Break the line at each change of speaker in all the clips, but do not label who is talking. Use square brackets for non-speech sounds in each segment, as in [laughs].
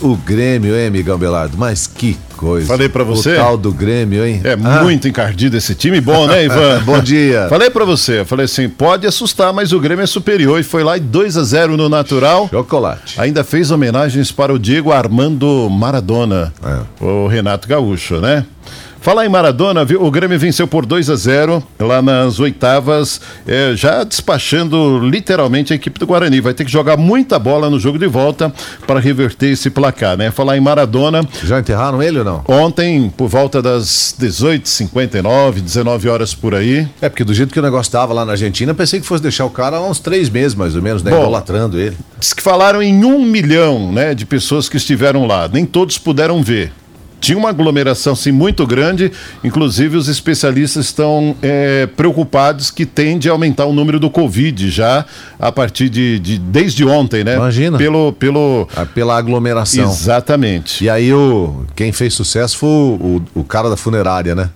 O Grêmio, hein, amigão Belardo? Mas que coisa.
Falei pra você?
O tal do Grêmio, hein?
É muito encardido esse time. Bom, né, Ivan?
[laughs] Bom dia.
Falei pra você, eu falei assim, pode assustar, mas o Grêmio é superior e foi lá e 2 a 0 no natural.
Ah, Chocolate.
Ainda fez homenagens para o Diego Armando Maradona,
É.
o Renato Gaúcho, né? Falar em Maradona, viu? O Grêmio venceu por 2 a 0 lá nas oitavas, é, já despachando literalmente a equipe do Guarani. Vai ter que jogar muita bola no jogo de volta para reverter esse placar, né? Falar em Maradona,
Já enterraram ele ou não?
Ontem, por volta das 18h59, 19 horas por aí.
É, porque do jeito que o negócio tava lá na Argentina, pensei que fosse deixar o cara há uns três meses, mais ou menos, né?
Bom.
Idolatrando ele.
Diz que falaram em um milhão né, de pessoas que estiveram lá. Nem todos puderam ver. Tinha uma aglomeração assim, muito grande, inclusive os especialistas estão é, preocupados que tende a aumentar o número do Covid já a partir de, de- desde ontem, né?
Imagina.
Pelo. pelo...
Ah, Pela aglomeração.
Exatamente.
E aí, o, quem fez sucesso foi o, o- o cara da funerária, né?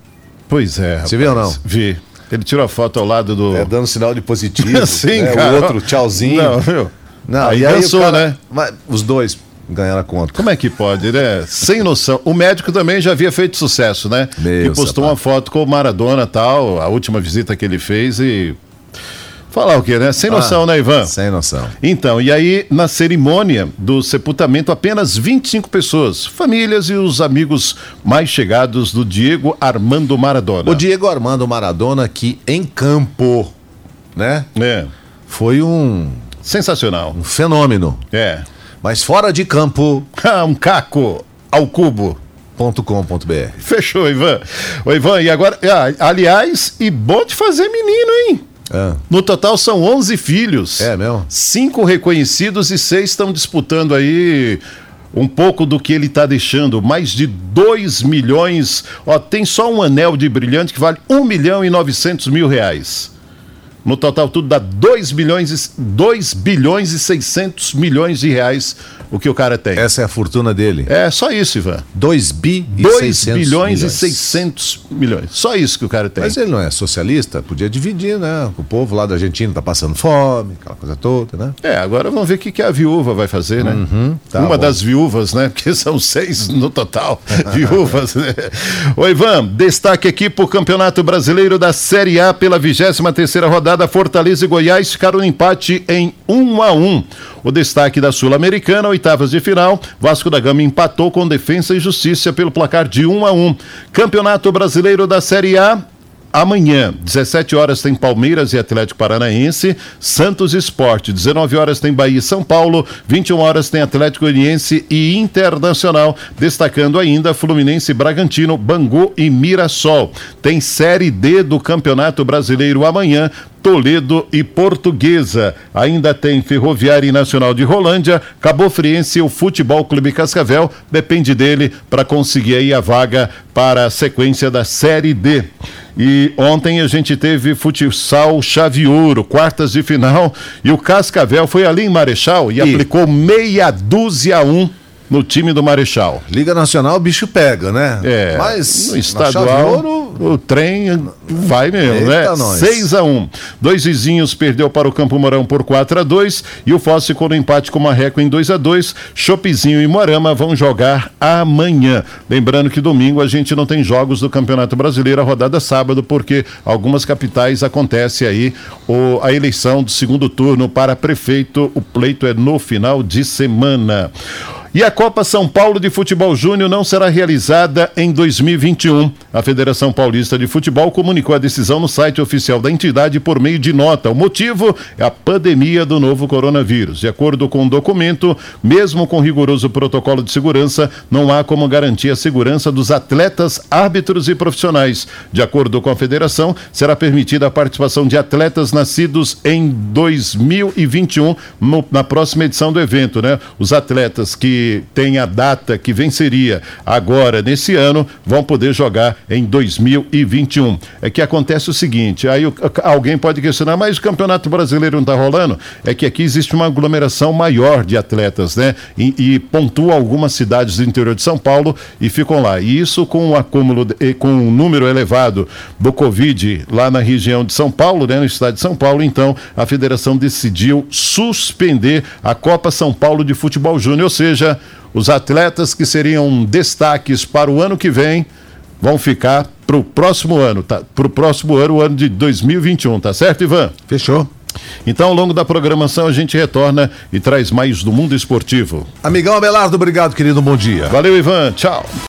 Pois é.
Você viu ou
rapaz.
não?
Vi. Ele tirou a foto ao lado do. [laughs]
É, dando sinal de [laughs] positivo.
Sim,
né?
cara.
O outro, tchauzinho.
Não, viu?
Não,
aí
e aí o
dançou,
cara-
né?
Mas os dois ganharam a conta.
Como é que pode, né? Sem noção. O médico também já havia feito sucesso, né?
Meu
que postou
sapato.
uma foto com o Maradona tal, a última visita que ele fez e. Falar o quê, né? Sem noção,
Ah,
né, Ivan?
Sem noção.
Então, e aí, na cerimônia do sepultamento, apenas 25 pessoas, famílias e os amigos mais chegados do Diego Armando Maradona.
O Diego Armando Maradona, que em campo, né?
É.
Foi um
Sensacional.
fenômeno.
É. [laughs]
Mas fora de campo.com.br.
Ah, um caco ao cubo. Fechou, Ivan. Ô, Ivan, e agora, ah, aliás, e bom de fazer menino, hein?
Ah,
No total são 11 filhos.
É mesmo?
Cinco reconhecidos e seis estão disputando aí um pouco do que ele está deixando. Mais de 2 milhões. Ó, tem só um anel de brilhante que vale 1 milhão e 900 mil reais. No total tudo dá 2 bilhões e, 2 bilhões e 600 milhões de reais o que o cara tem. É,
Essa é a fortuna dele.
só isso, Ivan.
2 bi e
2
600
bilhões e 600 milhões. Só isso que o cara tem.
Mas ele não é socialista? Podia dividir, né? O povo lá da Argentina tá passando fome, aquela coisa toda, né?
É, agora vamos ver o que, que a viúva vai fazer, né?
tá
Uma
bom.
das viúvas, né? Porque [laughs] são seis
[laughs]
no total viúvas, né? Ô, Ivan, destaque aqui pro Campeonato Brasileiro da Série A pela 23 terceira rodada, Fortaleza e Goiás ficaram no empate em 1 a 1 O destaque da Sul-Americana, oitavas de final, Vasco da Gama empatou com Defensa e Justiça pelo placar de 1 a 1 Campeonato Brasileiro da Série A, Amanhã, 17 horas, tem Palmeiras e Atlético Paranaense, Santos Esporte, 19 horas tem Bahia e São Paulo, 21 horas tem Atlético Goianiense e Internacional, destacando ainda Fluminense, e Bragantino, Bangu e Mirassol. Tem Série D do Campeonato Brasileiro amanhã, Toledo e Portuguesa. Ainda tem Ferroviária e Nacional de Rolândia, Cabo Friense e o Futebol Clube Cascavel. Depende dele para conseguir aí a vaga para a sequência da Série D. E ontem a gente teve futsal Chaviuro, quartas de final, e o Cascavel foi ali em Marechal e, aplicou meia dúzia a um no time do Marechal.
Liga Nacional, o bicho pega, né?
É,
Mas
no
na
estadual,
Chave Ouro,
o trem vai mesmo,
Eita
né?
nós.
6 a 1 Dois vizinhos perdeu para o Campo Mourão por 4 a 2 e o Foz ficou no empate com o Marreco em 2 a 2 Chopizinho e Morama vão jogar amanhã. Lembrando que domingo a gente não tem jogos do Campeonato Brasileiro, a rodada é sábado, porque algumas capitais acontece aí o- a eleição do segundo turno para prefeito. O pleito é no final de semana. E a Copa São Paulo de Futebol Júnior não será realizada em 2021. A Federação Paulista de Futebol comunicou a decisão no site oficial da entidade por meio de nota. O motivo é a pandemia do novo coronavírus. De acordo com o documento, mesmo com rigoroso protocolo de segurança, não há como garantir a segurança dos atletas, árbitros e profissionais. De acordo com a federação, será permitida a participação de atletas nascidos em 2021 no- na próxima edição do evento, né? Os atletas que têm a data que venceria agora nesse ano vão poder jogar em 2021. É que acontece o seguinte, aí o- alguém pode questionar, mas o Campeonato Brasileiro não está rolando? É que aqui existe uma aglomeração maior de atletas, né? E, e pontua algumas cidades do interior de São Paulo e ficam lá. E isso com o acúmulo de- e com um número elevado do Covid lá na região de São Paulo, né, no estado de São Paulo, então a federação decidiu suspender a Copa São Paulo de Futebol Júnior, ou seja, Paulista, os atletas que seriam destaques para o ano que vem vão ficar para o próximo ano, tá? Para o próximo ano, o ano de 2021, tá certo, Ivan?
Fechou.
Então, ao longo da programação, a gente retorna e traz mais do mundo esportivo.
Amigão Abelardo, obrigado, querido. Bom dia.
Valeu, Ivan. Tchau.